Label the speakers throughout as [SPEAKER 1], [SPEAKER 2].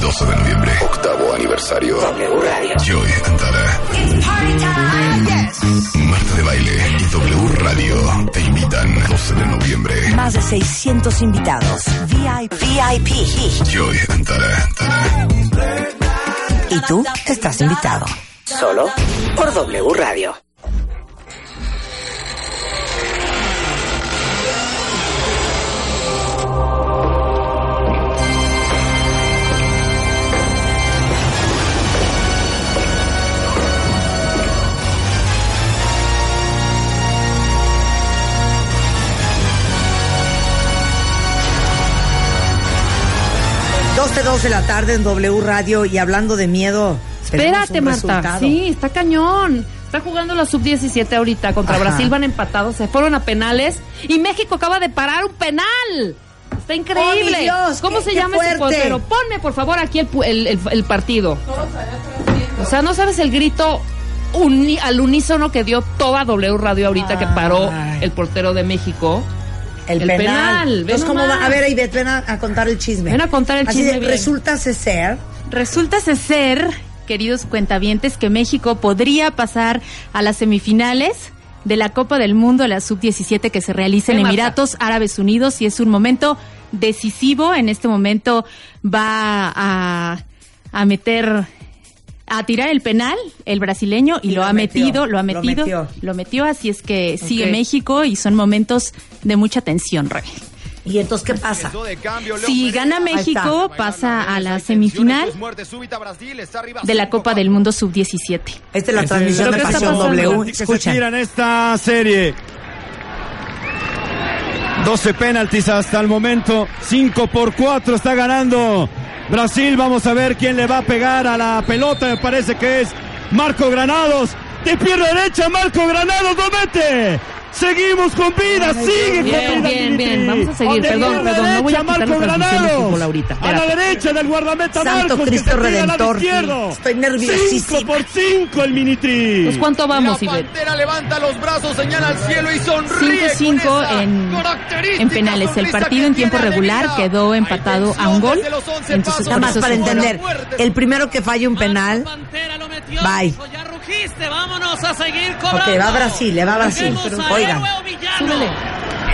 [SPEAKER 1] 12 de noviembre, octavo aniversario.
[SPEAKER 2] W Radio.
[SPEAKER 1] Joy Antara. Marta de Baile y W Radio te invitan 12 de noviembre.
[SPEAKER 3] Más de 600 invitados. VIP.
[SPEAKER 1] Joy Antara.
[SPEAKER 3] Y tú estás invitado.
[SPEAKER 2] Solo por W Radio.
[SPEAKER 4] Dos de dos de la tarde en W Radio y hablando de miedo. tenemos
[SPEAKER 5] Espérate,
[SPEAKER 4] un
[SPEAKER 5] Marta.
[SPEAKER 4] resultado.
[SPEAKER 5] Sí, está cañón. Está jugando la sub-17 ahorita contra
[SPEAKER 4] Ajá.
[SPEAKER 5] Brasil. Van empatados, se fueron a penales. Y México acaba de parar un penal. Está increíble.
[SPEAKER 4] ¡Oh, mi Dios!
[SPEAKER 5] ¿Cómo
[SPEAKER 4] ¡Qué-
[SPEAKER 5] se
[SPEAKER 4] qué
[SPEAKER 5] llama ese
[SPEAKER 4] fuerte!
[SPEAKER 5] portero? Ponme, por favor, aquí el, pu- el- el- el partido. O sea, no sabes el grito uni- al unísono que dio toda W Radio ahorita que paró
[SPEAKER 4] Ay.
[SPEAKER 5] el portero de México.
[SPEAKER 4] El,
[SPEAKER 5] El
[SPEAKER 4] penal.
[SPEAKER 5] penal, ve
[SPEAKER 4] Entonces, ¿cómo
[SPEAKER 5] nomás.
[SPEAKER 4] va? A ver, Ivette, ven a, a contar el chisme.
[SPEAKER 5] Ven a contar el
[SPEAKER 4] Así
[SPEAKER 5] chisme
[SPEAKER 4] de,
[SPEAKER 5] bien.
[SPEAKER 4] resulta ser.
[SPEAKER 6] Resulta ser, queridos cuentavientes, que México podría pasar a las semifinales de la Copa del Mundo, la sub-17 que se realiza en
[SPEAKER 5] Sí, Marta.
[SPEAKER 6] Emiratos Árabes Unidos y es un momento decisivo. En este momento va a, a meter, a tirar el penal el brasileño y,
[SPEAKER 4] Y
[SPEAKER 6] lo,
[SPEAKER 4] lo
[SPEAKER 6] ha
[SPEAKER 4] metió,
[SPEAKER 6] metido, lo ha
[SPEAKER 4] lo
[SPEAKER 6] metido, lo
[SPEAKER 4] metió.
[SPEAKER 6] metió. así es que sigue
[SPEAKER 5] Ok.
[SPEAKER 6] México y son momentos de mucha tensión, Rebe.
[SPEAKER 4] ¿Y entonces qué pasa?
[SPEAKER 6] Si gana México, pasa a la semifinal de la Copa del Mundo Sub-17.
[SPEAKER 4] Esta es la
[SPEAKER 7] Esa
[SPEAKER 4] transmisión
[SPEAKER 5] es
[SPEAKER 4] de
[SPEAKER 5] la
[SPEAKER 4] Pasión
[SPEAKER 5] transmisión de
[SPEAKER 4] W.
[SPEAKER 7] Que se tira
[SPEAKER 4] Escuchen.
[SPEAKER 7] en esta serie. 12 penaltis hasta el momento, 5 por 4 está ganando Brasil, vamos a ver quién le va a pegar a la pelota, me parece que es Marco Granados, de pierna derecha Marco Granados, lo mete, seguimos con vida, sigue
[SPEAKER 5] Bien,
[SPEAKER 7] con vida.
[SPEAKER 5] bien, bien,
[SPEAKER 7] Dimitri.
[SPEAKER 5] vamos a seguir,
[SPEAKER 7] De
[SPEAKER 5] perdón,
[SPEAKER 7] pierna
[SPEAKER 5] perdón, no voy a
[SPEAKER 7] derecha,
[SPEAKER 5] quitar la
[SPEAKER 7] Marco
[SPEAKER 5] transmisión de
[SPEAKER 7] Granados.
[SPEAKER 5] fútbol ahorita,
[SPEAKER 7] A la
[SPEAKER 5] espérate.
[SPEAKER 7] derecha del guardameta
[SPEAKER 4] Santo
[SPEAKER 7] Marcos,
[SPEAKER 4] Cristo
[SPEAKER 7] que se tira al lado
[SPEAKER 4] Redentor.
[SPEAKER 7] izquierdo.
[SPEAKER 4] Estoy nerviosísima.
[SPEAKER 7] 5 por 5 el mini tri.
[SPEAKER 5] Pues, ¿cuánto vamos, Ivette?
[SPEAKER 8] levanta los brazos, señala al cielo y sonríe.
[SPEAKER 6] 5-5 en, en penales. El partido en tiempo regular quedó empatado a un gol. Entonces,
[SPEAKER 4] Nada
[SPEAKER 6] por
[SPEAKER 4] más
[SPEAKER 6] eso
[SPEAKER 4] para
[SPEAKER 6] se-
[SPEAKER 4] entender. El primero que falle un penal. Bye.
[SPEAKER 9] Ya rugiste, vámonos a seguir cobrando.
[SPEAKER 4] Ok, va a Brasil, le va a Brasil.
[SPEAKER 9] Lleguemos a
[SPEAKER 4] Oigan.
[SPEAKER 9] héroe o villano.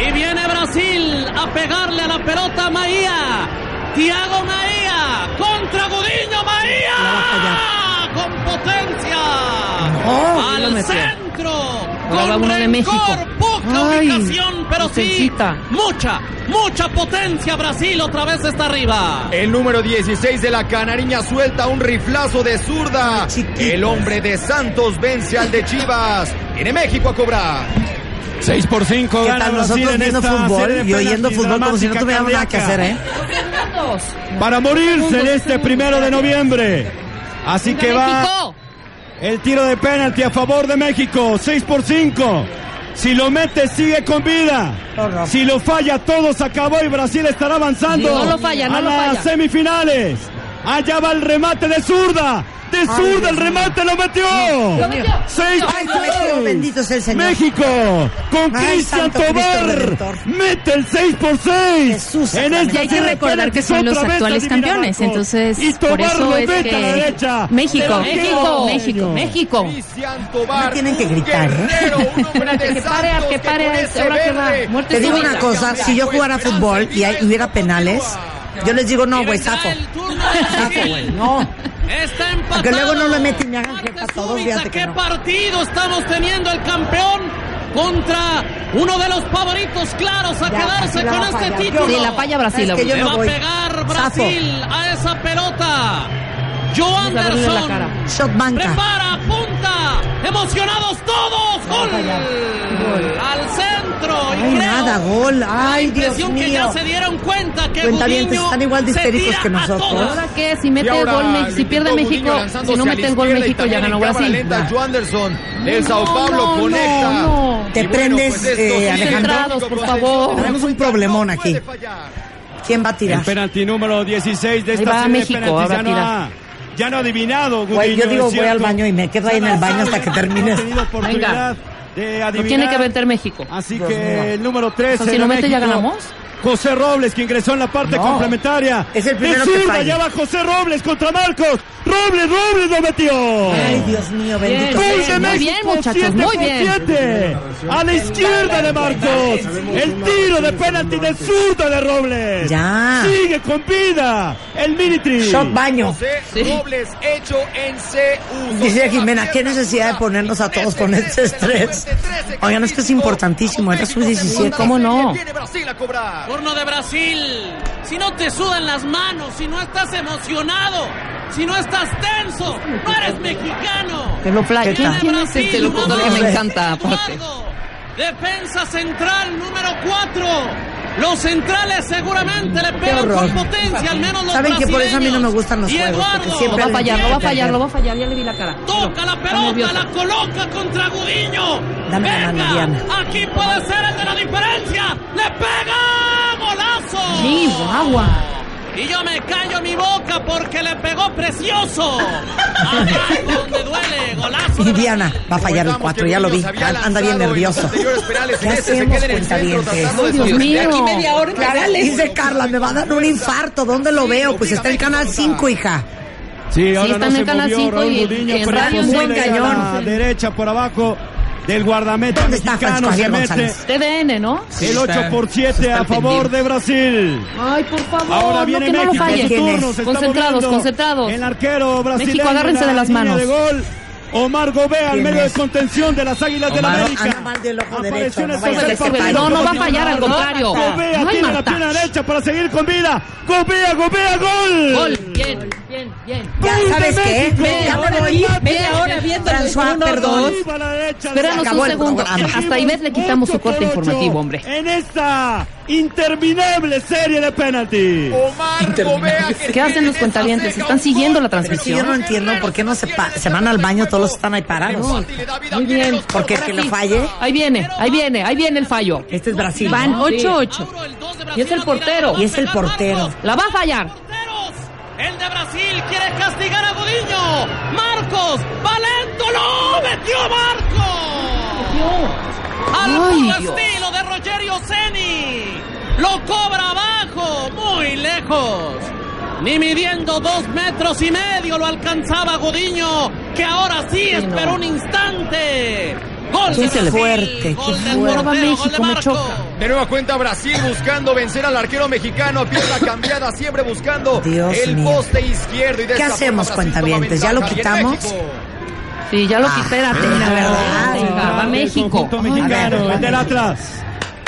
[SPEAKER 9] Y viene Brasil a pegarle a la pelota a Maía. Tiago Maía contra Gudiño Maía. Con potencia.
[SPEAKER 4] No,
[SPEAKER 9] Al
[SPEAKER 5] no metió.
[SPEAKER 9] centro.
[SPEAKER 5] Ahora va
[SPEAKER 9] Con
[SPEAKER 5] uno de México.
[SPEAKER 9] rencor, poca
[SPEAKER 5] Ay,
[SPEAKER 9] ubicación, pero sí.
[SPEAKER 5] Lucencita.
[SPEAKER 9] Mucha, mucha potencia. Brasil otra vez está arriba.
[SPEAKER 8] El número 16 de la Canariña suelta un riflazo de zurda. El hombre de Santos vence al de Chivas. Viene México a cobrar.
[SPEAKER 7] 6 por 5
[SPEAKER 4] ¿Qué
[SPEAKER 7] gana
[SPEAKER 4] tal
[SPEAKER 7] Brasil
[SPEAKER 4] nosotros
[SPEAKER 7] en
[SPEAKER 4] viendo
[SPEAKER 7] esta serie
[SPEAKER 4] fútbol
[SPEAKER 7] de
[SPEAKER 4] y oyendo
[SPEAKER 7] penaltis,
[SPEAKER 4] fútbol como si no
[SPEAKER 7] dramática
[SPEAKER 4] tuviéramos nada que hacer,
[SPEAKER 7] cardíaca.
[SPEAKER 4] eh?
[SPEAKER 7] Para morirse en este primero de noviembre. Así que va
[SPEAKER 5] México.
[SPEAKER 7] el tiro de penalti a favor de México. 6 por 5. Si lo mete, sigue con vida.
[SPEAKER 4] Horror.
[SPEAKER 7] Si lo falla, todo se acabó y Brasil estará avanzando
[SPEAKER 5] No lo falla, no
[SPEAKER 7] a
[SPEAKER 5] lo
[SPEAKER 7] las
[SPEAKER 5] falla.
[SPEAKER 7] semifinales. Allá va el remate de zurda. De zurda, el remate lo metió. Seis
[SPEAKER 4] Ay, se metió, bendito sea el Señor.
[SPEAKER 7] México con
[SPEAKER 4] Ay,
[SPEAKER 7] Cristian
[SPEAKER 4] Santo Cristo
[SPEAKER 7] Tobar
[SPEAKER 4] Redentor.
[SPEAKER 7] mete el 6 por este 6
[SPEAKER 4] Jesús,
[SPEAKER 6] Y hay que recordar que son los actuales campeones, entonces por eso es que México,
[SPEAKER 5] México,
[SPEAKER 6] México,
[SPEAKER 5] México.
[SPEAKER 8] Cristian Tobar.
[SPEAKER 4] No tienen que
[SPEAKER 8] un
[SPEAKER 4] gritar, ¿eh?
[SPEAKER 8] guerrero, un hombre de
[SPEAKER 5] Que pare,
[SPEAKER 8] Santos
[SPEAKER 5] que pare, este,
[SPEAKER 8] con ese
[SPEAKER 5] ahora que va.
[SPEAKER 8] verde
[SPEAKER 5] Muerte
[SPEAKER 4] Te digo
[SPEAKER 5] súbita.
[SPEAKER 4] una cosa, si yo jugara fútbol y hay- hubiera penales, yo les digo no, güey, zafo.
[SPEAKER 9] El turno de
[SPEAKER 4] Zafo,
[SPEAKER 9] Brasil.
[SPEAKER 4] güey, no.
[SPEAKER 9] Está empatado.
[SPEAKER 4] Porque luego no lo meten y me hagan jefa
[SPEAKER 9] Muerte
[SPEAKER 4] todos,
[SPEAKER 9] súbita,
[SPEAKER 4] fíjate que
[SPEAKER 9] ¿Qué
[SPEAKER 4] no.
[SPEAKER 9] partido estamos teniendo el campeón contra uno de los favoritos claros a
[SPEAKER 4] Ya,
[SPEAKER 9] quedarse
[SPEAKER 4] Brasil la
[SPEAKER 9] con
[SPEAKER 4] va a
[SPEAKER 9] este
[SPEAKER 4] fallar.
[SPEAKER 9] título?
[SPEAKER 4] Yo
[SPEAKER 5] Sí, la falla Brasil.
[SPEAKER 4] Es que yo
[SPEAKER 9] Le
[SPEAKER 4] no
[SPEAKER 9] va
[SPEAKER 4] voy.
[SPEAKER 9] a pegar
[SPEAKER 4] Zafo.
[SPEAKER 9] Brasil a esa pelota. Joe
[SPEAKER 5] Vamos a verle la cara.
[SPEAKER 9] Anderson
[SPEAKER 4] Shot banca.
[SPEAKER 9] prepara, apunta, emocionados todos, gol, al centro. y
[SPEAKER 4] Ay,
[SPEAKER 9] creo
[SPEAKER 4] nada, gol. Ay, Dios
[SPEAKER 9] impresión que ya
[SPEAKER 4] mío.
[SPEAKER 9] se dieron cuenta que
[SPEAKER 4] Cuentavientes,
[SPEAKER 9] Gudiño
[SPEAKER 4] están igual de
[SPEAKER 9] se
[SPEAKER 4] histéricos
[SPEAKER 9] tira
[SPEAKER 4] que
[SPEAKER 9] a
[SPEAKER 4] nosotros.
[SPEAKER 9] todas.
[SPEAKER 5] Ahora que si mete
[SPEAKER 8] Y ahora
[SPEAKER 5] gol Mex- si
[SPEAKER 8] Luisito
[SPEAKER 5] pierde
[SPEAKER 8] Gudiño
[SPEAKER 5] México, si
[SPEAKER 8] lanzándose
[SPEAKER 5] no
[SPEAKER 8] a la
[SPEAKER 5] mete el gol
[SPEAKER 8] izquierda y
[SPEAKER 5] México ya
[SPEAKER 8] también
[SPEAKER 5] ganó
[SPEAKER 8] en cámara
[SPEAKER 5] Brasil.
[SPEAKER 8] lenta, Joe Anderson, el Sao
[SPEAKER 5] No,
[SPEAKER 8] Paulo
[SPEAKER 5] no,
[SPEAKER 8] conecta.
[SPEAKER 5] no, no.
[SPEAKER 4] Te
[SPEAKER 8] Y pues
[SPEAKER 4] prendes,
[SPEAKER 8] esto
[SPEAKER 4] eh,
[SPEAKER 8] sigue
[SPEAKER 4] Alejandro.
[SPEAKER 5] Centrados, por
[SPEAKER 8] México
[SPEAKER 5] favor.
[SPEAKER 8] con
[SPEAKER 4] Tenemos un
[SPEAKER 8] México,
[SPEAKER 4] problemón
[SPEAKER 8] no puede
[SPEAKER 4] aquí.
[SPEAKER 8] fallar.
[SPEAKER 4] ¿Quién va a
[SPEAKER 7] El
[SPEAKER 4] tirar?
[SPEAKER 7] penalti número 16 de
[SPEAKER 5] Ahí
[SPEAKER 7] esta
[SPEAKER 5] va
[SPEAKER 7] serie
[SPEAKER 5] México,
[SPEAKER 7] de penaltis.
[SPEAKER 5] ahora
[SPEAKER 7] Ya no,
[SPEAKER 5] tira.
[SPEAKER 7] ha, ya no ha adivinado,
[SPEAKER 4] Güey, yo
[SPEAKER 7] Gudiño,
[SPEAKER 4] digo,
[SPEAKER 7] es
[SPEAKER 4] voy al
[SPEAKER 7] cierto.
[SPEAKER 4] baño y me quedo ahí en el baño hasta que termine.
[SPEAKER 7] No ha tenido oportunidad de
[SPEAKER 5] Lo
[SPEAKER 7] adivinar.
[SPEAKER 5] tiene que meter México.
[SPEAKER 7] Así
[SPEAKER 4] Dios mío.
[SPEAKER 7] que el número 13.
[SPEAKER 5] O sea, si lo
[SPEAKER 7] de
[SPEAKER 5] mete, ya
[SPEAKER 7] México
[SPEAKER 5] ganamos.
[SPEAKER 7] José Robles que ingresó en la parte
[SPEAKER 4] No.
[SPEAKER 7] complementaria.
[SPEAKER 4] Es el primero
[SPEAKER 7] De
[SPEAKER 4] que
[SPEAKER 7] zurda,
[SPEAKER 4] falla.
[SPEAKER 7] ya va José Robles contra Marcos. Robles, Robles lo metió.
[SPEAKER 4] Ay, Dios mío,
[SPEAKER 5] Bien.
[SPEAKER 4] bendito.
[SPEAKER 7] Gol
[SPEAKER 5] Muy
[SPEAKER 7] de México,
[SPEAKER 5] bien, muchachos,
[SPEAKER 7] siete
[SPEAKER 5] muy
[SPEAKER 7] por
[SPEAKER 5] bien.
[SPEAKER 7] siete. A la izquierda de Marcos. El tiro de penalti de zurda de Robles.
[SPEAKER 4] Ya.
[SPEAKER 7] Sigue con vida. El Militri.
[SPEAKER 4] Shot baño.
[SPEAKER 8] José
[SPEAKER 5] Sí.
[SPEAKER 8] Robles hecho en CU.
[SPEAKER 4] Dice Jimena, ¿qué necesidad de ponernos a todos con este estrés? Oigan, es que es importantísimo, era su 17.
[SPEAKER 5] ¿Cómo no?
[SPEAKER 8] Viene Brasil a cobrar.
[SPEAKER 9] Horno de Brasil. Si no te sudan las manos, si no estás emocionado, si no estás tenso, no eres mexicano.
[SPEAKER 5] Que lo plaque.
[SPEAKER 4] ¿Qué tal?
[SPEAKER 5] ¿Quién es este locutor que me encanta, aparte?
[SPEAKER 9] Eduardo, Defensa central número 4. Los centrales seguramente le pegan
[SPEAKER 4] horror.
[SPEAKER 9] con potencia, al menos los
[SPEAKER 4] Saben que por eso a mí no me
[SPEAKER 9] brasileños.
[SPEAKER 4] gustan los
[SPEAKER 9] Y
[SPEAKER 4] juegos, porque
[SPEAKER 9] Eduardo
[SPEAKER 4] siempre
[SPEAKER 5] Lo va a fallar, lo va a fallar, lo va a fallar. Ya le vi la cara.
[SPEAKER 9] Toca la pelota,
[SPEAKER 5] nerviosa.
[SPEAKER 9] la coloca contra Gudiño.
[SPEAKER 4] Dame la mano, Diana.
[SPEAKER 9] Aquí puede ser el de la diferencia. ¡Le pega! ¡Golazo!
[SPEAKER 5] Chihuahua.
[SPEAKER 9] Y yo me callo mi boca porque le pegó precioso. Abajo donde duele, golazo.
[SPEAKER 4] Y
[SPEAKER 9] de
[SPEAKER 4] Diana va a fallar el 4, ya lo vi. Anda bien nervioso. ¿Qué hacemos, cuentavientes?
[SPEAKER 5] Dios mío.
[SPEAKER 4] Claro, dice Carla, me va a dar un infarto. ¿Dónde lo veo? Pues está el canal 5, hija.
[SPEAKER 7] Sí, ahora
[SPEAKER 5] está
[SPEAKER 7] no
[SPEAKER 5] en
[SPEAKER 7] se
[SPEAKER 5] el canal
[SPEAKER 7] movió
[SPEAKER 5] cinco
[SPEAKER 7] Raúl
[SPEAKER 5] y
[SPEAKER 7] Gudiño,
[SPEAKER 5] en
[SPEAKER 7] pero
[SPEAKER 5] radio
[SPEAKER 7] es
[SPEAKER 4] un buen
[SPEAKER 7] posible, a la
[SPEAKER 4] cañón.
[SPEAKER 7] derecha por abajo del guardameta
[SPEAKER 4] ¿Dónde está
[SPEAKER 7] mexicano
[SPEAKER 4] Francisco
[SPEAKER 7] se
[SPEAKER 4] Javier
[SPEAKER 7] mete
[SPEAKER 4] González?
[SPEAKER 5] TDN, ¿no?
[SPEAKER 7] el 8 por 7 a favor de Brasil.
[SPEAKER 5] Ay, por favor,
[SPEAKER 7] Ahora
[SPEAKER 5] no,
[SPEAKER 7] viene
[SPEAKER 5] que no lo
[SPEAKER 7] México, en
[SPEAKER 5] falle.
[SPEAKER 7] su
[SPEAKER 4] ¿Quién es?
[SPEAKER 7] turno, se está
[SPEAKER 5] Concentrados,
[SPEAKER 7] moviendo
[SPEAKER 5] concentrados.
[SPEAKER 7] El arquero brasileño.
[SPEAKER 5] México, agárrense
[SPEAKER 7] en la
[SPEAKER 5] de las
[SPEAKER 7] línea
[SPEAKER 5] manos.
[SPEAKER 7] de gol. Omar Gobea al
[SPEAKER 4] ¿Quién
[SPEAKER 7] medio de
[SPEAKER 4] es?
[SPEAKER 7] contención de las Águilas del
[SPEAKER 4] Omar,
[SPEAKER 7] América.
[SPEAKER 4] anda mal del ojo
[SPEAKER 7] Apareció
[SPEAKER 4] derecho,
[SPEAKER 7] en el
[SPEAKER 4] no vaya a
[SPEAKER 7] tercer
[SPEAKER 4] ser que
[SPEAKER 7] partido
[SPEAKER 4] falle.
[SPEAKER 5] No, no va a
[SPEAKER 7] condicionado.
[SPEAKER 5] fallar, al contrario.
[SPEAKER 7] Gobea
[SPEAKER 5] No hay
[SPEAKER 7] tiene la
[SPEAKER 5] Marta.
[SPEAKER 7] pierna derecha para seguir con vida. Gobea, Gobea, gol.
[SPEAKER 5] Gol, bien, bien, bien.
[SPEAKER 4] Ya,
[SPEAKER 7] ¡Gol de
[SPEAKER 4] ¿sabes qué?
[SPEAKER 7] México!
[SPEAKER 4] Ya me voy.
[SPEAKER 5] ahora viendo
[SPEAKER 4] François, Ah, perdón.
[SPEAKER 7] Arriba a la derecha,
[SPEAKER 5] Espéranos
[SPEAKER 4] acabó
[SPEAKER 5] un
[SPEAKER 4] el
[SPEAKER 5] segundo.
[SPEAKER 4] programa.
[SPEAKER 5] Hasta a Ivette le quitamos su
[SPEAKER 7] Ocho por
[SPEAKER 5] corte
[SPEAKER 7] ocho
[SPEAKER 5] informativo, hombre.
[SPEAKER 7] En esta interminable serie de penaltis.
[SPEAKER 5] ¿Qué hacen los cuentavientes? Están siguiendo la
[SPEAKER 4] Sí, yo
[SPEAKER 5] transmisión.
[SPEAKER 4] no entiendo por qué no se, pa- se van al baño todos los que están ahí parados.
[SPEAKER 5] Muy bien.
[SPEAKER 4] Porque el que lo falle,
[SPEAKER 5] Ahí viene, ahí viene, ahí viene el fallo.
[SPEAKER 4] este es Brasil.
[SPEAKER 10] Van
[SPEAKER 4] ¿no?
[SPEAKER 10] 8-8.
[SPEAKER 9] Mauro, el dos de
[SPEAKER 5] Y es el
[SPEAKER 9] Brasil, lo tira,
[SPEAKER 5] portero.
[SPEAKER 9] lo va
[SPEAKER 4] Y es
[SPEAKER 9] a
[SPEAKER 4] el
[SPEAKER 9] pegar
[SPEAKER 4] portero.
[SPEAKER 9] Marcos.
[SPEAKER 5] La va a fallar.
[SPEAKER 9] porteros. El de Brasil quiere castigar a Gudiño. Marcos, Valento lo metió Marcos. Al
[SPEAKER 5] Ay,
[SPEAKER 9] puro
[SPEAKER 5] Dios.
[SPEAKER 9] estilo de Rogerio Ceni. Lo cobra abajo, muy lejos. Ni midiendo dos metros y medio lo alcanzaba Gudiño, que ahora sí,
[SPEAKER 5] no.
[SPEAKER 9] esperó un instante. Gol
[SPEAKER 4] Qué
[SPEAKER 9] de Brasil,
[SPEAKER 4] fuerte,
[SPEAKER 9] gol
[SPEAKER 4] qué fuerte.
[SPEAKER 9] del portero, gol de
[SPEAKER 5] México, me
[SPEAKER 9] Marcos.
[SPEAKER 5] choca.
[SPEAKER 8] De nueva cuenta Brasil buscando vencer al arquero mexicano, pierna cambiada, siempre buscando
[SPEAKER 4] Dios
[SPEAKER 8] el
[SPEAKER 4] mío.
[SPEAKER 8] poste izquierdo. Y de
[SPEAKER 4] ¿Qué
[SPEAKER 8] esta
[SPEAKER 4] hacemos,
[SPEAKER 8] forma Brasil toma
[SPEAKER 4] cuentavientes? ¿Ya lo
[SPEAKER 8] ventaja.
[SPEAKER 4] quitamos?
[SPEAKER 8] Bien, México.
[SPEAKER 5] Sí, ya lo quité, la
[SPEAKER 4] la
[SPEAKER 7] Ah,
[SPEAKER 4] verdad.
[SPEAKER 5] Ah. Va Ah, México.
[SPEAKER 7] Conjunto
[SPEAKER 4] A ver,
[SPEAKER 7] mexicano,
[SPEAKER 4] va
[SPEAKER 7] el del
[SPEAKER 4] México.
[SPEAKER 7] atrás.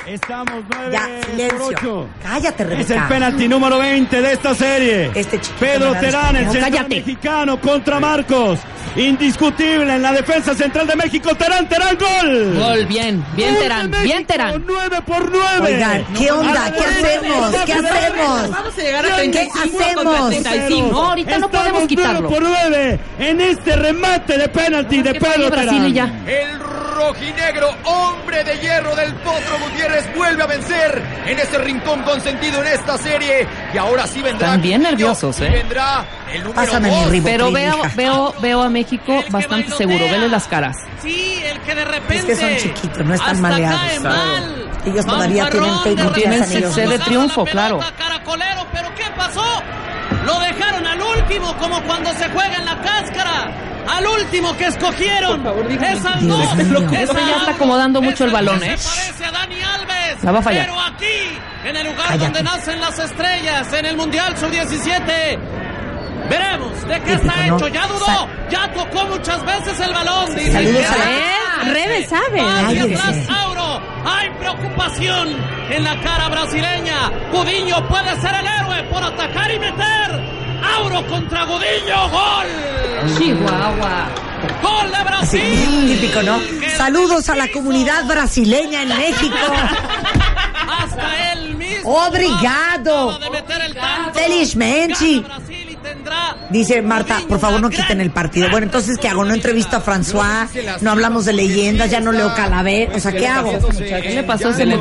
[SPEAKER 7] Estamos 9
[SPEAKER 4] Ya,
[SPEAKER 7] por
[SPEAKER 4] silencio.
[SPEAKER 7] 8.
[SPEAKER 4] Cállate,
[SPEAKER 7] Es el
[SPEAKER 4] Rebeca.
[SPEAKER 7] penalti número 20 de esta serie.
[SPEAKER 4] Este chiquito
[SPEAKER 7] Pedro
[SPEAKER 4] me va a
[SPEAKER 7] Terán, el
[SPEAKER 4] despegar.
[SPEAKER 7] central
[SPEAKER 5] Cállate.
[SPEAKER 7] mexicano contra Marcos. Indiscutible en la defensa central de México. Terán, Terán, gol.
[SPEAKER 5] Gol, bien, bien
[SPEAKER 7] Gol de
[SPEAKER 5] Terán,
[SPEAKER 7] México,
[SPEAKER 5] bien Terán.
[SPEAKER 7] 9 por 9.
[SPEAKER 4] Oigan, ¿qué onda? ¿Qué hacemos? ¿Qué hacemos?
[SPEAKER 5] a llegar
[SPEAKER 4] a 35 contra 35.
[SPEAKER 5] No, ahorita no podemos quitarlo.
[SPEAKER 7] por 9 en este remate de penalti de
[SPEAKER 5] Que falle
[SPEAKER 7] Pedro
[SPEAKER 5] Brasil y
[SPEAKER 7] Terán.
[SPEAKER 5] ya.
[SPEAKER 8] El rojinegro, hombre de hierro del Potro Gutiérrez, vuelve a vencer en ese rincón consentido en esta serie. Y ahora sí vendrá.
[SPEAKER 5] Están bien
[SPEAKER 8] Gudiño,
[SPEAKER 5] nerviosos,
[SPEAKER 8] y
[SPEAKER 5] ¿eh?
[SPEAKER 8] Vendrá el número
[SPEAKER 4] Pásame mi
[SPEAKER 8] dos.
[SPEAKER 4] ribón.
[SPEAKER 5] Pero veo,
[SPEAKER 4] hija.
[SPEAKER 5] veo, veo a México bastante seguro. Vele las caras.
[SPEAKER 9] Sí, el que de repente.
[SPEAKER 4] Es que son chiquitos, no están
[SPEAKER 9] hasta
[SPEAKER 4] maleados,
[SPEAKER 9] cae
[SPEAKER 4] claro.
[SPEAKER 9] mal.
[SPEAKER 4] Ellos todavía tienen
[SPEAKER 9] Fanfarrón
[SPEAKER 4] fe y
[SPEAKER 9] de
[SPEAKER 4] confianza
[SPEAKER 5] Tienen
[SPEAKER 9] repente
[SPEAKER 5] en ellos sed de
[SPEAKER 9] jugaron la
[SPEAKER 5] triunfo,
[SPEAKER 9] pelota,
[SPEAKER 5] claro.
[SPEAKER 9] Caracolero, pero ¿qué pasó? Lo dejaron al último, como cuando se juega en la cáscara. Al último que escogieron. es al
[SPEAKER 4] Dios
[SPEAKER 9] dos,
[SPEAKER 4] mío.
[SPEAKER 9] es
[SPEAKER 5] Ese ya
[SPEAKER 9] al
[SPEAKER 5] está
[SPEAKER 9] algo,
[SPEAKER 5] acomodando mucho
[SPEAKER 9] es
[SPEAKER 5] el balón,
[SPEAKER 9] que
[SPEAKER 5] ¿eh?
[SPEAKER 9] se parece a Dani Alves.
[SPEAKER 5] La va a fallar.
[SPEAKER 9] Pero aquí, en el lugar
[SPEAKER 4] Cállate.
[SPEAKER 9] donde nacen las estrellas, en el Mundial Sub-17. Veremos de qué
[SPEAKER 4] Típico,
[SPEAKER 9] está
[SPEAKER 4] ¿no?
[SPEAKER 9] hecho. Ya dudó,
[SPEAKER 4] Sa-
[SPEAKER 9] ya tocó muchas veces el balón. dice
[SPEAKER 4] Saludos
[SPEAKER 9] que
[SPEAKER 4] a la-
[SPEAKER 9] hay-
[SPEAKER 10] ¿Ves? Rebe sabe.
[SPEAKER 9] Hacia
[SPEAKER 4] Cállense.
[SPEAKER 9] atrás, Auro. Hay preocupación en la cara brasileña. Gudiño puede ser el héroe por atacar y meter. Auro contra Gudiño, gol.
[SPEAKER 5] Chihuahua.
[SPEAKER 9] Gol de Brasil.
[SPEAKER 4] Sí, típico, ¿no?
[SPEAKER 9] Que
[SPEAKER 4] Saludos a la
[SPEAKER 9] hizo
[SPEAKER 4] comunidad brasileña en México.
[SPEAKER 9] Hasta él mismo.
[SPEAKER 4] Obrigado.
[SPEAKER 9] Acaba de meter el tanto.
[SPEAKER 4] Felizmente.
[SPEAKER 9] Gana Brasil y tendrá
[SPEAKER 4] Dice Marta, por favor no quiten el partido. Bueno, entonces, ¿qué hago? No entrevisto a François, no hablamos de leyendas, ya no leo Calaver. O sea, ¿qué hago?
[SPEAKER 5] ¿Qué le pasó? Se le-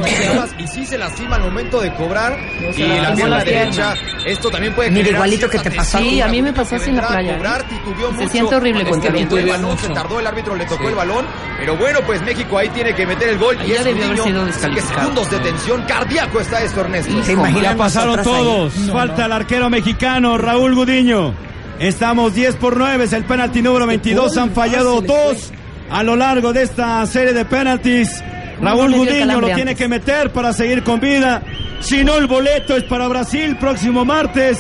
[SPEAKER 8] Y sí se lastima al momento de cobrar. Y la pierna derecha. Esto también puede
[SPEAKER 4] Mira,
[SPEAKER 8] generar
[SPEAKER 4] igualito que
[SPEAKER 8] cierta
[SPEAKER 4] te pasó a ti.
[SPEAKER 5] Sí, a mí me
[SPEAKER 8] porque
[SPEAKER 5] pasó así en la
[SPEAKER 8] vendrá a
[SPEAKER 5] playa,
[SPEAKER 8] cobrar,
[SPEAKER 5] ¿eh?
[SPEAKER 8] titubeó
[SPEAKER 5] Se
[SPEAKER 8] mucho.
[SPEAKER 5] siente horrible
[SPEAKER 8] Este
[SPEAKER 5] cuando
[SPEAKER 8] titubeó
[SPEAKER 5] titubean
[SPEAKER 8] el balón,
[SPEAKER 5] mucho.
[SPEAKER 8] Se tardó el árbitro, le tocó el balón. Pero bueno, pues México ahí tiene que meter el gol.
[SPEAKER 5] Ahí
[SPEAKER 8] Y
[SPEAKER 5] ya
[SPEAKER 8] es
[SPEAKER 5] debió haber
[SPEAKER 8] Gudiño,
[SPEAKER 5] sido
[SPEAKER 8] así que
[SPEAKER 5] descalificado.
[SPEAKER 8] segundos de tensión. Cardíaco está esto, Ernesto.
[SPEAKER 4] ¿Se
[SPEAKER 7] Ya
[SPEAKER 4] imaginan
[SPEAKER 7] pasaron
[SPEAKER 4] nosotras ahí?
[SPEAKER 7] todos. Falta el arquero mexicano, Raúl Gudiño. Estamos 10 por 9, es el penalti número
[SPEAKER 5] Este
[SPEAKER 7] 22. Han fallado dos a lo largo de esta serie de penaltis. Raúl
[SPEAKER 5] le dio el
[SPEAKER 7] Gudiño lo
[SPEAKER 5] calambre
[SPEAKER 7] tiene
[SPEAKER 5] antes.
[SPEAKER 7] que meter para seguir con vida. Si no, el boleto es para Brasil próximo martes,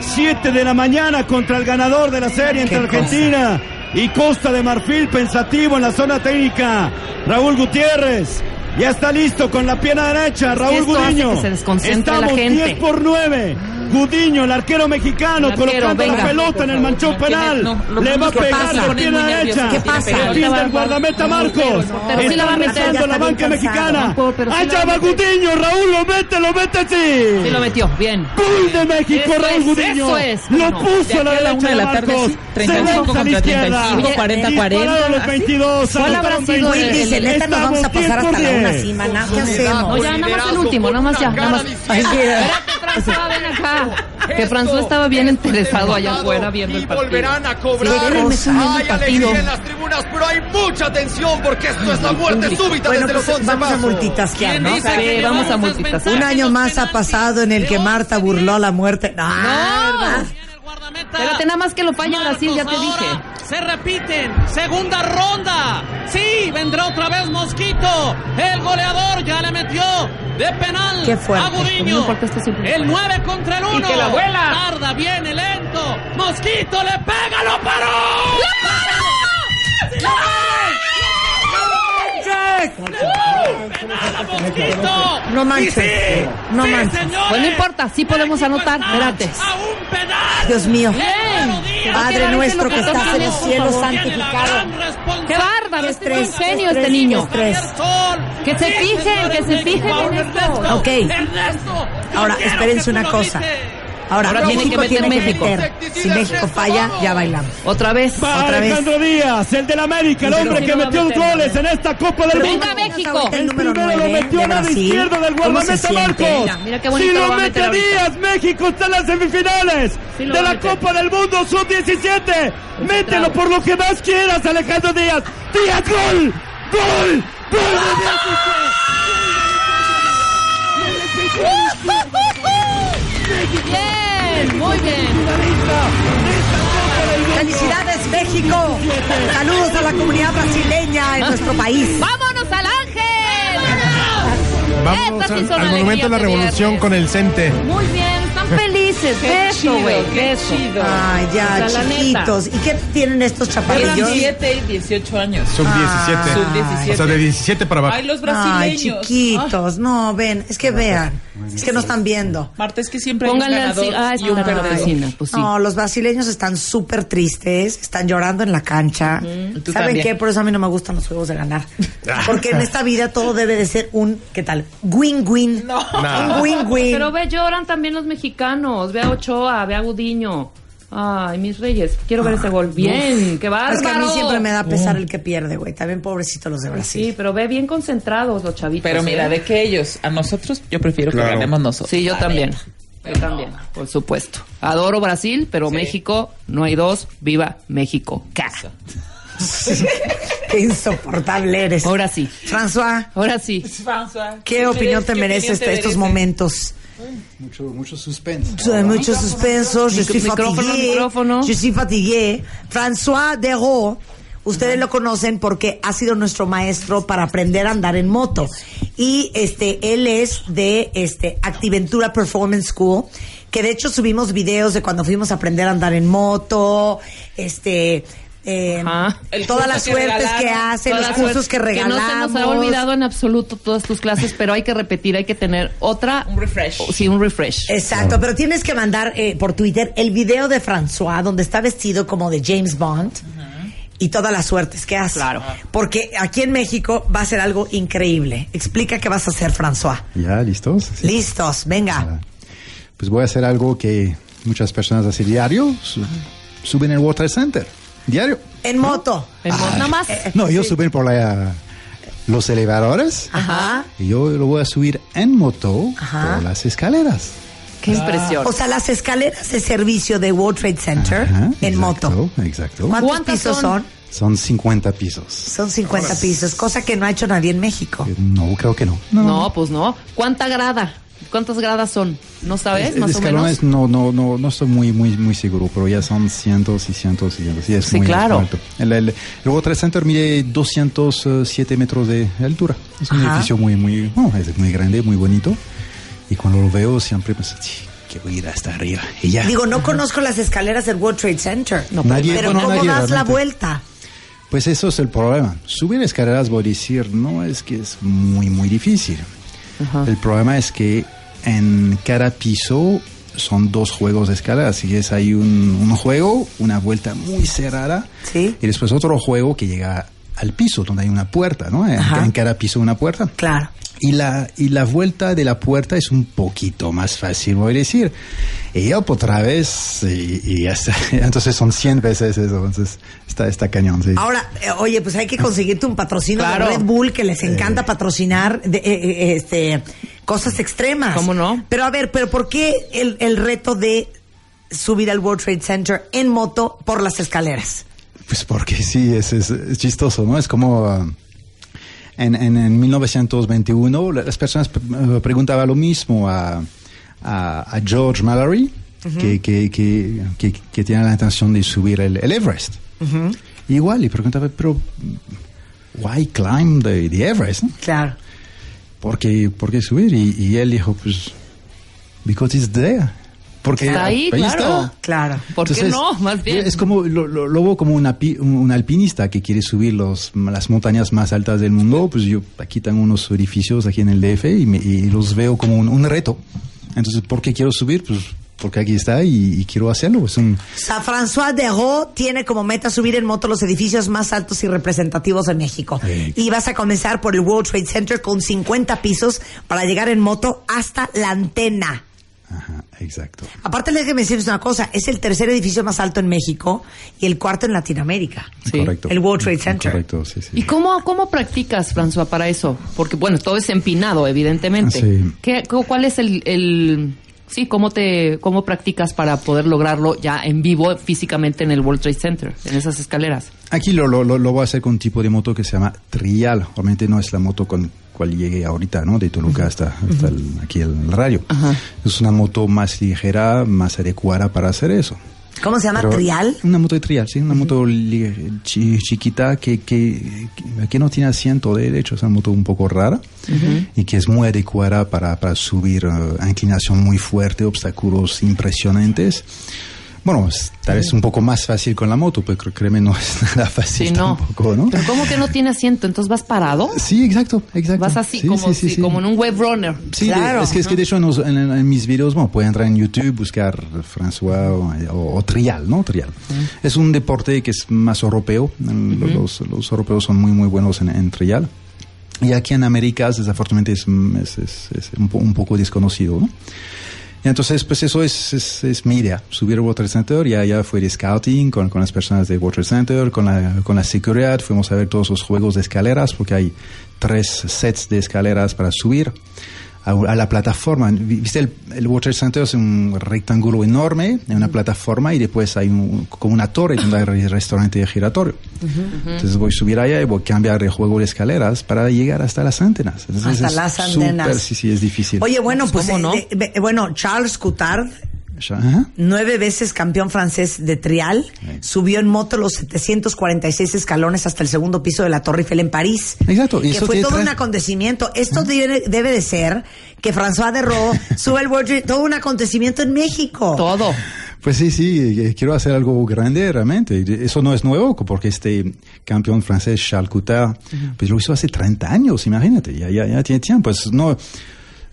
[SPEAKER 7] 7 de la mañana, contra el ganador de la serie entre
[SPEAKER 4] Qué cosa.
[SPEAKER 7] Argentina y Costa de Marfil, pensativo en la zona técnica. Raúl Gutiérrez. Ya está listo con la pierna derecha,
[SPEAKER 5] que
[SPEAKER 7] Raúl
[SPEAKER 5] esto hace
[SPEAKER 7] Gudiño.
[SPEAKER 5] que se desconcentre la
[SPEAKER 7] Estamos
[SPEAKER 5] gente.
[SPEAKER 7] 10 por 9. Gudiño, el arquero mexicano,
[SPEAKER 5] El arquero,
[SPEAKER 7] colocando la
[SPEAKER 5] venga.
[SPEAKER 7] pelota en el manchón
[SPEAKER 5] Tiene-
[SPEAKER 7] penal.
[SPEAKER 5] no, lo
[SPEAKER 7] Le va a
[SPEAKER 5] que
[SPEAKER 7] pegar
[SPEAKER 5] pasa.
[SPEAKER 7] la pierna
[SPEAKER 5] Pone muy
[SPEAKER 7] derecha.
[SPEAKER 5] nervioso.
[SPEAKER 4] ¿Qué pasa?
[SPEAKER 7] Se pinta el guardameta Marcos.
[SPEAKER 5] pero sí la va a meter,
[SPEAKER 7] Está
[SPEAKER 5] ya
[SPEAKER 7] la,
[SPEAKER 5] está
[SPEAKER 7] la banca
[SPEAKER 4] bien cansado,
[SPEAKER 7] mexicana.
[SPEAKER 5] Juanjo, pero sí
[SPEAKER 7] Allá
[SPEAKER 5] la va
[SPEAKER 7] va
[SPEAKER 5] a meter.
[SPEAKER 7] Gudiño, Raúl, lo mete, lo mete así.
[SPEAKER 5] Sí, lo metió. Bien.
[SPEAKER 7] Gol de México,
[SPEAKER 5] Eso
[SPEAKER 7] Raúl
[SPEAKER 5] es,
[SPEAKER 7] Gudiño.
[SPEAKER 5] eso es.
[SPEAKER 7] Lo
[SPEAKER 5] No,
[SPEAKER 7] puso a la
[SPEAKER 11] aquí a la
[SPEAKER 7] derecha
[SPEAKER 11] una de
[SPEAKER 7] de
[SPEAKER 11] la tarde,
[SPEAKER 7] tarde.
[SPEAKER 11] sí, 35
[SPEAKER 7] a la
[SPEAKER 11] contra
[SPEAKER 7] izquierda.
[SPEAKER 11] 35, 40, 40,
[SPEAKER 7] Dispararon los
[SPEAKER 11] así.
[SPEAKER 7] 22.
[SPEAKER 5] ¿Cuál habrá
[SPEAKER 7] anotaron
[SPEAKER 5] sido el-
[SPEAKER 7] 20.
[SPEAKER 4] Güey, dice, neta, nos vamos a pasar hasta la una cima, ¿no? ¿Qué hacemos?
[SPEAKER 5] No, ya, nada más el último, nada más ya, nada más.
[SPEAKER 4] Ay, mira.
[SPEAKER 5] Espérate, François, ven acá. Que François estaba bien interesado allá afuera viendo
[SPEAKER 8] y
[SPEAKER 5] el partido.
[SPEAKER 8] volverán a cobrar.
[SPEAKER 4] Sí, él me está viendo el
[SPEAKER 8] hay alegría
[SPEAKER 4] partido.
[SPEAKER 8] en las tribunas, pero hay mucha tensión porque esto es la muerte súbita
[SPEAKER 4] Bueno,
[SPEAKER 8] desde
[SPEAKER 4] pues
[SPEAKER 8] los 11
[SPEAKER 4] vamos a
[SPEAKER 8] pasos.
[SPEAKER 4] multitasquear, ¿no?
[SPEAKER 5] dice que Sí, llevamos vamos a esas multitasquear.
[SPEAKER 4] Un año más ha pasado en el que Marta burló la muerte. No,
[SPEAKER 5] No. Espérate,
[SPEAKER 9] Pero
[SPEAKER 5] nada más que lo falla Brasil, ya te dije.
[SPEAKER 9] Se repiten, segunda ronda. Sí, vendrá otra vez Mosquito. El goleador ya le metió de penal
[SPEAKER 4] Qué fuerte.
[SPEAKER 9] a Gudiño.
[SPEAKER 5] Muy fuerte esto siempre.
[SPEAKER 9] El 9 contra el 1.
[SPEAKER 12] que la vuela.
[SPEAKER 9] Tarda, viene lento. Mosquito le pega, lo paró. ¡Lo
[SPEAKER 5] Ah,
[SPEAKER 9] paró! Mosquito.
[SPEAKER 4] No manches.
[SPEAKER 9] Sí, sí.
[SPEAKER 4] No
[SPEAKER 9] Sí,
[SPEAKER 4] manches.
[SPEAKER 9] señores.
[SPEAKER 5] Pues no importa, sí podemos
[SPEAKER 9] México
[SPEAKER 5] anotar,
[SPEAKER 9] está
[SPEAKER 5] espérate.
[SPEAKER 9] A un penal.
[SPEAKER 4] Dios mío.
[SPEAKER 9] Bien.
[SPEAKER 4] Padre nuestro que estás en los cielos,
[SPEAKER 9] Tiene la
[SPEAKER 4] santificado.
[SPEAKER 9] gran responsabilidad.
[SPEAKER 5] ¡Qué bárbaro! Es
[SPEAKER 4] Estrés,
[SPEAKER 5] un genio
[SPEAKER 4] estrés,
[SPEAKER 5] este niño.
[SPEAKER 4] estrés.
[SPEAKER 5] Que se
[SPEAKER 9] Este
[SPEAKER 5] fijen, que se fijen en esto.
[SPEAKER 4] Ok. Ahora, espérense una cosa. Ahora,
[SPEAKER 5] Ahora tiene
[SPEAKER 4] México
[SPEAKER 5] que meter
[SPEAKER 4] tiene que
[SPEAKER 5] México.
[SPEAKER 4] meter. Si México falla, ya bailamos.
[SPEAKER 5] Otra vez.
[SPEAKER 7] Va
[SPEAKER 4] Otra vez.
[SPEAKER 7] Alejandro Díaz, el del América, el hombre
[SPEAKER 5] sí
[SPEAKER 7] que
[SPEAKER 5] lo va a
[SPEAKER 7] metió los
[SPEAKER 5] meter, lo
[SPEAKER 7] goles en esta Copa del Mundo.
[SPEAKER 5] Venga, México.
[SPEAKER 7] El
[SPEAKER 4] El número
[SPEAKER 7] primero lo
[SPEAKER 4] 9
[SPEAKER 7] metió
[SPEAKER 4] de
[SPEAKER 7] a la
[SPEAKER 4] Brasil.
[SPEAKER 7] izquierda del
[SPEAKER 4] ¿Cómo se
[SPEAKER 7] guardameta
[SPEAKER 4] siente?
[SPEAKER 7] Marcos.
[SPEAKER 5] Mira, mira qué bonito
[SPEAKER 7] si
[SPEAKER 5] lo
[SPEAKER 7] lo
[SPEAKER 5] va a
[SPEAKER 7] mete
[SPEAKER 5] meter ahorita.
[SPEAKER 7] Díaz, México está en las semifinales
[SPEAKER 5] Sí lo
[SPEAKER 7] de
[SPEAKER 5] va a
[SPEAKER 7] la
[SPEAKER 5] meter.
[SPEAKER 7] Copa del Mundo Sub-17. Mételo por lo que más quieras, Alejandro Díaz. Díaz, gol, gol, gol de México.
[SPEAKER 5] Bien, muy bien.
[SPEAKER 4] ¡Felicidades, México! Saludos a la comunidad brasileña en nuestro país.
[SPEAKER 5] ¡Vámonos al ángel!
[SPEAKER 13] Vamos
[SPEAKER 5] Estas sí
[SPEAKER 13] al,
[SPEAKER 5] son
[SPEAKER 13] al Monumento de la
[SPEAKER 5] alegrías de
[SPEAKER 13] Revolución
[SPEAKER 5] viernes.
[SPEAKER 13] con el Cente.
[SPEAKER 5] Muy bien, están felices. De eso, güey. De eso.
[SPEAKER 4] Ay, ya,
[SPEAKER 5] O sea, la neta.
[SPEAKER 4] chiquitos. ¿Y qué tienen estos
[SPEAKER 11] Eran
[SPEAKER 4] chaparrillos?
[SPEAKER 11] 7 y 18 años.
[SPEAKER 13] Sub 17.
[SPEAKER 11] Sub
[SPEAKER 5] Ah,
[SPEAKER 11] 17.
[SPEAKER 13] O sea, de 17 para abajo.
[SPEAKER 11] Ay, los
[SPEAKER 4] Ay,
[SPEAKER 11] brasileños.
[SPEAKER 4] chiquitos. No, ven, es que vean. Es que no están viendo.
[SPEAKER 11] Ah, Marta, es que siempre
[SPEAKER 5] Pónganle
[SPEAKER 11] hay
[SPEAKER 5] al
[SPEAKER 11] un ganador
[SPEAKER 5] Ah, es
[SPEAKER 11] y un
[SPEAKER 5] para la
[SPEAKER 11] perdedor.
[SPEAKER 5] vecina, pues sí.
[SPEAKER 4] No, los brasileños están súper tristes, están llorando en la cancha.
[SPEAKER 11] Tú
[SPEAKER 4] ¿Saben
[SPEAKER 11] también.
[SPEAKER 4] qué? Por eso a mí no me gustan los juegos de ganar. Porque en esta vida todo debe de ser un, ¿qué tal? Win-win. Un win-win.
[SPEAKER 5] Pero ve, lloran también los mexicanos. Ve a Ochoa, ve a Gudiño. Ay, mis reyes. Quiero ver ese gol. Bien, qué bárbaro.
[SPEAKER 4] Es que a mí siempre me da pesar el que pierde, güey. También pobrecito los de Brasil.
[SPEAKER 5] Sí, pero ve bien concentrados los chavitos.
[SPEAKER 11] Pero mira,
[SPEAKER 5] ¿eh?
[SPEAKER 11] de que ellos, a nosotros, yo prefiero
[SPEAKER 13] Claro.
[SPEAKER 11] que ganemos nosotros.
[SPEAKER 5] Sí, yo también. Yo también, por supuesto. Adoro Brasil, pero México no hay dos. Viva México. Ca.
[SPEAKER 4] Qué insoportable eres.
[SPEAKER 5] Ahora sí.
[SPEAKER 4] François,
[SPEAKER 5] Ahora sí.
[SPEAKER 11] François,
[SPEAKER 4] ¿qué opinión te merece este- estos momentos?
[SPEAKER 13] Mucho, mucho suspense.
[SPEAKER 4] Hay mucho suspenso, yo estoy
[SPEAKER 5] Micrófono,
[SPEAKER 4] fatigué.
[SPEAKER 5] micrófono.
[SPEAKER 4] Yo estoy fatigué. François Derrault, ustedes lo conocen porque ha sido nuestro maestro para aprender a andar en moto. Y este, él es de este Activentura Performance School, que de hecho subimos videos de cuando fuimos a aprender a andar en moto, este eh,
[SPEAKER 5] Ajá.
[SPEAKER 11] El
[SPEAKER 4] todas
[SPEAKER 11] curso
[SPEAKER 4] las
[SPEAKER 11] que
[SPEAKER 4] suertes que
[SPEAKER 11] regalaron.
[SPEAKER 4] hace,
[SPEAKER 5] Todas
[SPEAKER 4] los
[SPEAKER 5] las
[SPEAKER 4] cursos
[SPEAKER 5] suertes
[SPEAKER 4] que regalamos.
[SPEAKER 5] no se nos ha olvidado en absoluto todas tus clases, pero hay que repetir, hay que tener otra. Oh,
[SPEAKER 11] Un refresh.
[SPEAKER 5] Sí, un refresh.
[SPEAKER 4] Exacto, pero tienes que mandar eh, por Twitter el video de François donde está vestido como de James Bond y todas las suertes que hace.
[SPEAKER 5] Claro.
[SPEAKER 4] Porque aquí en México va a ser algo increíble. Explica qué vas a hacer, François.
[SPEAKER 13] ¿Ya listos?
[SPEAKER 4] Listos, venga.
[SPEAKER 13] Pues voy a hacer algo que muchas personas hacen diario. su-
[SPEAKER 7] suben el Water Center, diario.
[SPEAKER 4] En moto.
[SPEAKER 5] En moto. Nada más.
[SPEAKER 7] No, ellos suben por la, los elevadores.
[SPEAKER 4] Ajá.
[SPEAKER 7] Y yo lo voy a subir en moto
[SPEAKER 4] Ah. Ajá.
[SPEAKER 7] por las escaleras.
[SPEAKER 4] Qué impresión. O sea, las escaleras de servicio de World Trade Center en moto.
[SPEAKER 7] Oh, exacto.
[SPEAKER 4] ¿Cuántos pisos son?
[SPEAKER 7] Son 50 pisos.
[SPEAKER 4] Son 50 pisos, cosa que no ha hecho nadie en México.
[SPEAKER 7] No, creo que no.
[SPEAKER 5] No, pues no. ¿Cuánta grada? ¿Cuántas gradas son? ¿No sabes? Más o menos.
[SPEAKER 7] Escalones, no, no, no, no estoy muy, muy, muy seguro, pero ya son cientos y cientos y cientos. Y es
[SPEAKER 5] Sí,
[SPEAKER 7] muy
[SPEAKER 5] claro.
[SPEAKER 7] alto. El, el, el World Trade Center mide 207 metros de altura. Es un
[SPEAKER 4] Ajá.
[SPEAKER 7] edificio muy, muy, no, es muy grande, muy bonito. Y cuando lo veo siempre pienso, "Sí, que voy a ir hasta arriba. Y ya.
[SPEAKER 4] Digo, no conozco las escaleras del World Trade Center.
[SPEAKER 7] No, pero- Nadie-
[SPEAKER 4] pero
[SPEAKER 7] bueno,
[SPEAKER 4] ¿cómo
[SPEAKER 7] nadie
[SPEAKER 4] das la
[SPEAKER 7] realmente.
[SPEAKER 4] vuelta?
[SPEAKER 7] Pues eso es el problema. Subir escaleras, voy a decir, no es que es muy, muy difícil. El problema es que en cada piso son dos juegos de escaleras. Así es, hay un, un juego, una vuelta muy cerrada. Y después otro juego que llega al piso, donde hay una puerta, ¿no? En, en cada piso una puerta.
[SPEAKER 4] Claro.
[SPEAKER 7] Y la, y la vuelta de la puerta es un poquito más fácil, voy a decir. Y up otra vez, y, y hasta- entonces son 100 veces eso. Entonces está, está cañón, sí.
[SPEAKER 4] Ahora, eh, oye, pues hay que conseguirte un patrocinio
[SPEAKER 7] Claro.
[SPEAKER 4] de Red Bull que les encanta patrocinar de, eh, eh, este, cosas extremas. ¿Cómo no? Pero a ver, pero ¿por qué el, el reto de subir al World Trade Center en moto por las escaleras?
[SPEAKER 7] Pues porque sí, es, es- es chistoso, ¿no? Es como... ah, en, en, en 1921 la- las personas p- eh, preguntaban lo mismo a, a- a George Mallory,
[SPEAKER 14] Ujú.
[SPEAKER 7] que, que, que, que, que tenía la intención de subir el, el Everest. Igual, y preguntaba, pero... ¿Why climb the, the Everest? no?
[SPEAKER 4] Claro.
[SPEAKER 7] ¿Por qué, por qué subir? Y, y él dijo, pues... Because it's there. Porque
[SPEAKER 5] Está ahí, claro.
[SPEAKER 7] está.
[SPEAKER 4] Claro.
[SPEAKER 5] ¿Por qué
[SPEAKER 7] Entonces,
[SPEAKER 5] no? Más bien.
[SPEAKER 7] Es como, lo, lo, lo veo como una pi- un, un alpinista que quiere subir los, las montañas más altas del mundo. Pues yo aquí tengo unos edificios aquí en el DF y, me- y los veo como un, un reto. Entonces, ¿por qué quiero subir? Pues porque aquí está y, y quiero hacerlo. Es un,
[SPEAKER 4] O sea, François Derrot tiene como meta subir en moto los edificios más altos y representativos de México. Y vas a comenzar por el World Trade Center con 50 pisos para llegar en moto hasta la antena.
[SPEAKER 7] ah, exacto.
[SPEAKER 4] Aparte, déjeme decirles una cosa: es el tercer edificio más alto en México y el cuarto en Latinoamérica.
[SPEAKER 7] Correcto.
[SPEAKER 4] El World Trade Center.
[SPEAKER 7] Correcto, sí, sí.
[SPEAKER 5] ¿Y cómo, cómo practicas, François, para eso? Porque, bueno, todo es empinado, evidentemente.
[SPEAKER 7] Ah, Sí.
[SPEAKER 5] ¿Qué, cu- ¿Cuál es el, el- Sí, cómo, te, cómo practicas para poder lograrlo ya en vivo, físicamente en el World Trade Center, en esas escaleras?
[SPEAKER 7] Aquí lo, lo, lo, lo voy a hacer con un tipo de moto que se llama trial. Obviamente no es la moto con cual llegué ahorita, ¿no? De Toluca hasta, hasta el- aquí en el radio.
[SPEAKER 5] Ah.
[SPEAKER 7] Es una moto más ligera, más adecuada para hacer eso.
[SPEAKER 4] ¿Cómo se llama?
[SPEAKER 7] Pero-
[SPEAKER 4] ¿Trial?
[SPEAKER 7] Una moto de trial, sí, una moto li- chi- chiquita que, que, que- que no tiene asiento derecho, es una moto un poco rara y que es muy adecuada para, para subir eh, a inclinación muy fuerte, obstáculos impresionantes. Bueno, es tal vez un poco más fácil con la moto, pues, pero cre- créeme, no es nada fácil
[SPEAKER 5] Sí, no.
[SPEAKER 7] tampoco, ¿no?
[SPEAKER 5] Pero ¿cómo que no tiene asiento? Entonces vas parado.
[SPEAKER 7] Sí, exacto, exacto.
[SPEAKER 5] Vas así,
[SPEAKER 7] Sí,
[SPEAKER 5] como,
[SPEAKER 7] sí, sí,
[SPEAKER 5] si-
[SPEAKER 7] sí.
[SPEAKER 5] como en un web runner.
[SPEAKER 7] Sí, de- es, que, es que de hecho en, los- en- en mis videos, bueno, pueden entrar en YouTube, buscar François o, o- o trial, ¿no? Trial. Es un deporte que es más europeo. El- los, los europeos son muy, muy buenos en, en trial. Y aquí en Américas, desafortunadamente, es, es- es- es un, po- un poco desconocido, ¿no? Y entonces, pues eso es, es, es mi idea, subir al Water Center, ya, ya fue de scouting con, con las personas de Water Center, con la, con la seguridad, fuimos a ver todos los juegos de escaleras, porque hay tres sets de escaleras para subir a, a la plataforma. Vi- Viste, el, el Water Center es un rectángulo enorme, en una plataforma, y después hay un- como una torre donde hay el restaurante giratorio. Entonces voy a subir allá y voy a cambiar de juego de escaleras para llegar hasta las antenas. Entonces
[SPEAKER 4] Hasta
[SPEAKER 7] es
[SPEAKER 4] las antenas.
[SPEAKER 7] súper- sí, sí, es difícil.
[SPEAKER 4] Oye, bueno, pues, eh, eh, eh, bueno, Charles Coutard,
[SPEAKER 7] Ya, ajá.
[SPEAKER 4] nueve veces campeón francés de trial, subió en moto los 746 escalones hasta el segundo piso de la Torre Eiffel en París.
[SPEAKER 7] Exacto.
[SPEAKER 4] Que
[SPEAKER 7] eso
[SPEAKER 4] fue
[SPEAKER 7] tiene
[SPEAKER 4] todo
[SPEAKER 7] tres-
[SPEAKER 4] un acontecimiento. Esto debe, debe de ser que François de Roo suba el World Trade- todo un acontecimiento en México.
[SPEAKER 5] Todo.
[SPEAKER 7] Pues sí, sí, eh, quiero hacer algo grande realmente. Eso no es nuevo, porque este campeón francés, Charles Coutard, pues lo hizo hace 30 años, imagínate, ya, ya, ya tiene tiempo. Es no,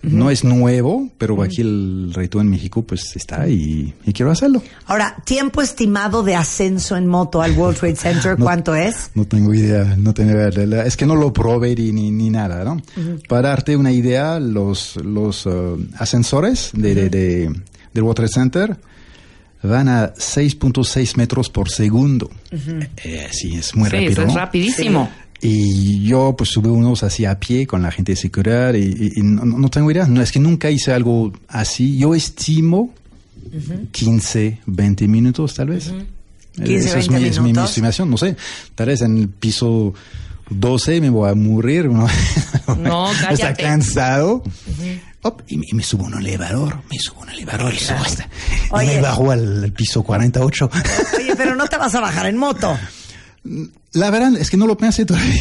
[SPEAKER 7] no es nuevo, pero aquí el reto en México pues está y, y quiero hacerlo.
[SPEAKER 4] Ahora, tiempo estimado de ascenso en moto al World Trade Center, ¿cuánto es?
[SPEAKER 7] No tengo idea, no tengo idea. La- la- Es que no lo probé ni, ni, ni nada, ¿no?
[SPEAKER 4] Ujú.
[SPEAKER 7] Para darte una idea, los, los eh, ascensores de, de, de- del Water Center van a 6.6 metros por segundo. Eh, sí, es muy
[SPEAKER 15] Sí,
[SPEAKER 7] rápido.
[SPEAKER 15] eso es
[SPEAKER 7] ¿no?
[SPEAKER 15] rapidísimo.
[SPEAKER 7] Y yo pues sube unos así a pie con la gente de seguridad y, y- y no, no tengo idea. No, es que nunca hice algo así. Yo estimo 15, 20 minutos tal vez. Eh,
[SPEAKER 4] 15,
[SPEAKER 7] Eso es
[SPEAKER 4] 20
[SPEAKER 7] mi, es mi- mi
[SPEAKER 4] minutos.
[SPEAKER 7] estimación, no sé. Tal vez en el piso 12 me voy a morir. No,
[SPEAKER 15] No,
[SPEAKER 7] Está
[SPEAKER 15] cállate.
[SPEAKER 7] cansado. Op, y, me- y me subo a un elevador, me subo a un elevador y subo hasta. y
[SPEAKER 4] Oye.
[SPEAKER 7] me bajo al, al piso 48.
[SPEAKER 4] Oye, pero no te vas a bajar en moto.
[SPEAKER 7] La verdad es que no lo pensé todavía.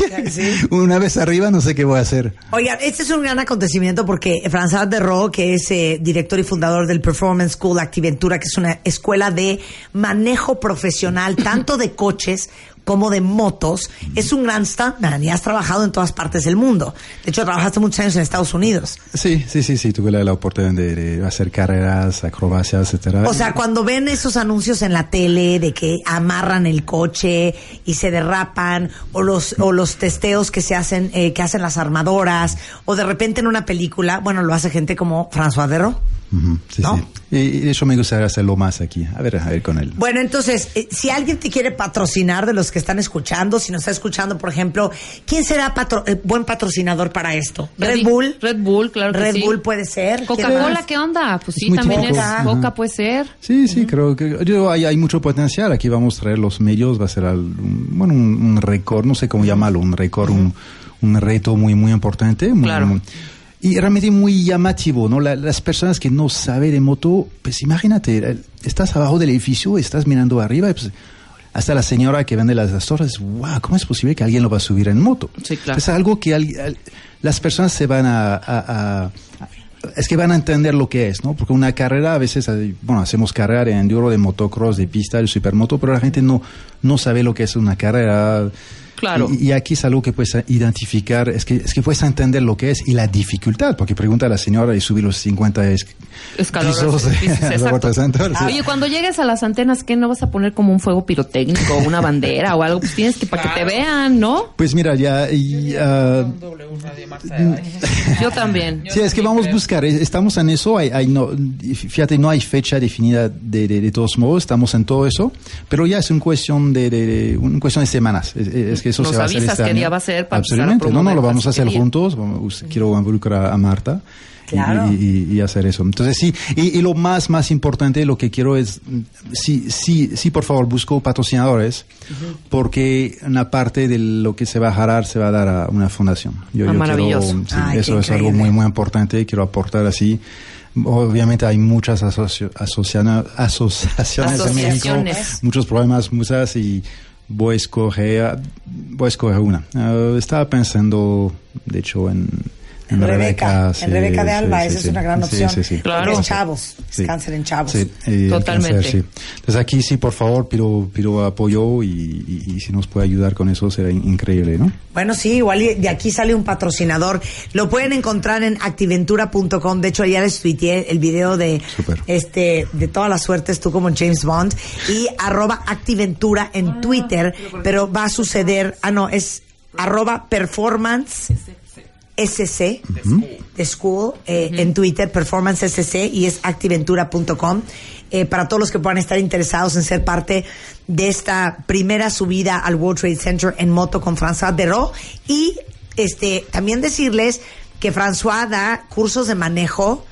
[SPEAKER 7] Una vez arriba no sé qué voy a hacer.
[SPEAKER 4] Oigan, este es un gran acontecimiento porque François Derro, que es eh, director y fundador del Performance School Activentura, que es una escuela de manejo profesional, tanto de coches como de motos, es un gran stuntman y has trabajado en todas partes del mundo. De hecho, trabajaste muchos años en Estados Unidos.
[SPEAKER 7] Sí, sí, sí, sí, tuve la, la oportunidad de, de hacer carreras, acrobacias, etcétera.
[SPEAKER 4] O sea, cuando ven esos anuncios en la tele de que amarran el coche y se derrapan, o los, o los testeos que se hacen, eh, que hacen las armadoras, o de repente en una película, bueno, lo hace gente como François Derro.
[SPEAKER 7] Ujú, sí, sí. Y, y eso me gustaría hacerlo más aquí. A ver, a ver con él.
[SPEAKER 4] Bueno, entonces, eh, si alguien te quiere patrocinar de los que están escuchando, si nos está escuchando, por ejemplo, ¿quién será patro- eh, buen patrocinador para esto?
[SPEAKER 5] Ya
[SPEAKER 4] Red
[SPEAKER 5] dije,
[SPEAKER 4] Bull.
[SPEAKER 5] Red Bull, claro que
[SPEAKER 4] Red
[SPEAKER 5] sí.
[SPEAKER 4] Bull puede ser. ¿Quién
[SPEAKER 5] Coca-Cola,
[SPEAKER 4] más?
[SPEAKER 5] ¿qué onda? Pues sí,
[SPEAKER 7] muy
[SPEAKER 5] también
[SPEAKER 7] típico.
[SPEAKER 5] es
[SPEAKER 7] Ajá.
[SPEAKER 5] Coca, puede ser.
[SPEAKER 7] Sí, sí, creo que yo, hay, hay mucho potencial. Aquí vamos a traer los medios, va a ser al- un, bueno, un, un récord, no sé cómo llamarlo, un récord, un, un reto muy, muy importante. muy- muy- y realmente muy llamativo, ¿no? La- las personas que no saben de moto, pues imagínate, eh, estás abajo del edificio, estás mirando arriba, y pues hasta la señora que vende las, las torres, wow, ¿cómo es posible que alguien lo va a subir en moto? Es algo que al- al- las personas se van a- a- a es que van a entender lo que es, ¿no? Porque una carrera a veces, eh, bueno, hacemos carrera de enduro, de motocross, de pista, de supermoto, pero la gente no, no sabe lo que es una carrera.
[SPEAKER 15] Claro.
[SPEAKER 7] Y, y aquí es algo que puedes identificar, es que, es que puedes entender lo que es y la dificultad, porque pregunta a la señora y subir los 50 es-
[SPEAKER 5] Escalones,
[SPEAKER 7] pisos
[SPEAKER 5] sí, sí, sí,
[SPEAKER 7] a la
[SPEAKER 5] exacto. Ah,
[SPEAKER 7] Puerta de Santa Ana, sí.
[SPEAKER 5] Oye, cuando llegues a las antenas, ¿qué no vas a poner como un fuego pirotécnico, una bandera o algo? Pues tienes que para que te vean, ¿no?
[SPEAKER 7] Pues mira, ya... y, ah,
[SPEAKER 5] Yo también.
[SPEAKER 7] Sí, es que vamos a buscar, eh, estamos en eso, hay, hay no, fíjate, no hay fecha definida de, de- de todos modos, estamos en todo eso, pero ya es una cuestión de, de- de- una cuestión de semanas, es, es- es que eso
[SPEAKER 5] Nos
[SPEAKER 7] se va a hacer
[SPEAKER 5] avisas
[SPEAKER 7] este
[SPEAKER 5] qué
[SPEAKER 7] año.
[SPEAKER 5] día va a ser para empezar a
[SPEAKER 7] Absolutamente, no, no, lo
[SPEAKER 5] promover,
[SPEAKER 7] vamos a
[SPEAKER 5] así
[SPEAKER 7] hacer
[SPEAKER 5] que-
[SPEAKER 7] juntos, vamos- quiero involucrar a Marta. y-
[SPEAKER 5] Claro.
[SPEAKER 7] Y, y- y hacer eso. Entonces, sí, y, y lo más, más importante, lo que quiero es, mm, sí, sí, sí, por favor, busco patrocinadores, porque una parte de lo que se va a jarar se va a dar a una fundación. Yo,
[SPEAKER 5] Ah,
[SPEAKER 7] yo
[SPEAKER 5] maravilloso.
[SPEAKER 7] quiero- sí,
[SPEAKER 5] Ay,
[SPEAKER 7] eso
[SPEAKER 5] qué
[SPEAKER 7] es algo
[SPEAKER 5] increíble.
[SPEAKER 7] muy, muy importante. Quiero aportar así. Obviamente hay muchas asocio- asociana- asociaciones en México,
[SPEAKER 5] Asociaciones.
[SPEAKER 7] muchos problemas, muchas, y voy a escoger, voy a escoger una. Ah, estaba pensando, de hecho, en, en Rebeca.
[SPEAKER 4] Rebeca,
[SPEAKER 7] sí,
[SPEAKER 4] en Rebeca de
[SPEAKER 7] sí,
[SPEAKER 4] Alba,
[SPEAKER 7] sí,
[SPEAKER 4] esa
[SPEAKER 7] sí.
[SPEAKER 4] es una gran
[SPEAKER 7] Sí,
[SPEAKER 4] opción.
[SPEAKER 7] sí, sí.
[SPEAKER 4] Porque Es chavos, es
[SPEAKER 7] Sí.
[SPEAKER 4] cáncer en chavos.
[SPEAKER 7] Sí, eh,
[SPEAKER 4] Totalmente.
[SPEAKER 7] cáncer, sí. Entonces aquí sí, por favor, pido, pido apoyo y, y- y si nos puede ayudar con eso será in- increíble, ¿no?
[SPEAKER 4] Bueno, sí, igual y de aquí sale un patrocinador. Lo pueden encontrar en activentura.com. De hecho, ayer les tuiteé el video de este de todas las suertes, tú como James Bond. Y arroba activentura en Twitter. Pero va a suceder, ah, no, es arroba performance SC. de School eh, en Twitter, Performance SC y es activentura.com. eh, para todos los que puedan estar interesados en ser parte de esta primera subida al World Trade Center en moto con François Derro. Y este, también decirles que François da cursos de manejo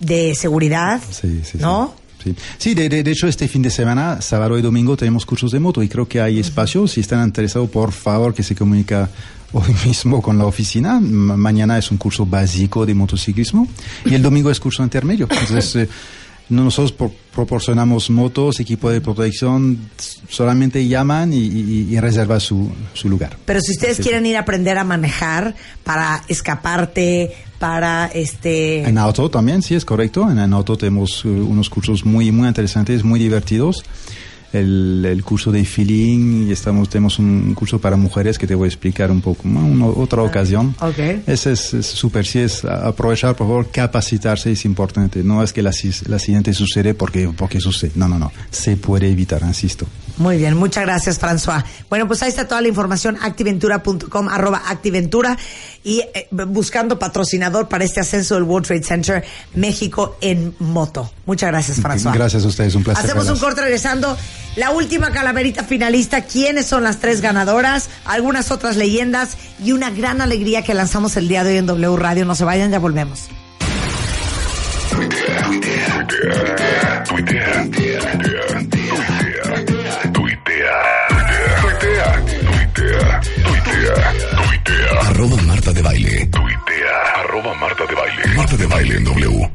[SPEAKER 4] de seguridad,
[SPEAKER 7] Sí, sí, sí.
[SPEAKER 4] ¿no?
[SPEAKER 7] Sí, Sí, de, de- de hecho este fin de semana, sábado y domingo, tenemos cursos de moto y creo que hay espacio. Si están interesados, por favor, que se comunica hoy mismo con la oficina. Ma- mañana es un curso básico de motociclismo y el domingo es curso intermedio. Entonces, eh, nosotros pro- proporcionamos motos, equipo de protección, s- solamente llaman y, y- y reserva su, su lugar.
[SPEAKER 4] Pero si ustedes
[SPEAKER 7] Sí, sí.
[SPEAKER 4] quieren ir a aprender a manejar para escaparte, para este...
[SPEAKER 7] En auto también, sí, es correcto. En, en auto tenemos eh, unos cursos muy, muy interesantes, muy divertidos. El, el curso de feeling y estamos, tenemos un curso para mujeres que te voy a explicar un poco, ¿no? Una- otra ocasión.
[SPEAKER 4] Ok.
[SPEAKER 7] Ese es es súper, sí, es a- aprovechar, por favor, capacitarse es importante. No es que la, si- la siguiente sucede porque, porque sucede. No, no, no. Se puede evitar, insisto.
[SPEAKER 4] Muy bien, muchas gracias, François. Bueno, pues ahí está toda la información, activentura.com, arroba activentura, y eh, b- buscando patrocinador para este ascenso del World Trade Center México en moto. Muchas gracias, François.
[SPEAKER 7] Gracias a ustedes, un placer.
[SPEAKER 4] Hacemos un
[SPEAKER 7] verlas.
[SPEAKER 4] corte regresando. La última calaverita finalista, quiénes son las tres ganadoras, algunas otras leyendas y una gran alegría que lanzamos el día de hoy en W Radio. No se vayan, ya volvemos.
[SPEAKER 1] Tuitea, tuitea, tuitea, tuitea, tuitea, tuitea, tuitea, tuitea. Arroba Marta de Baile. Tuitea. Arroba Marta de Baile. Marta de Baile en W.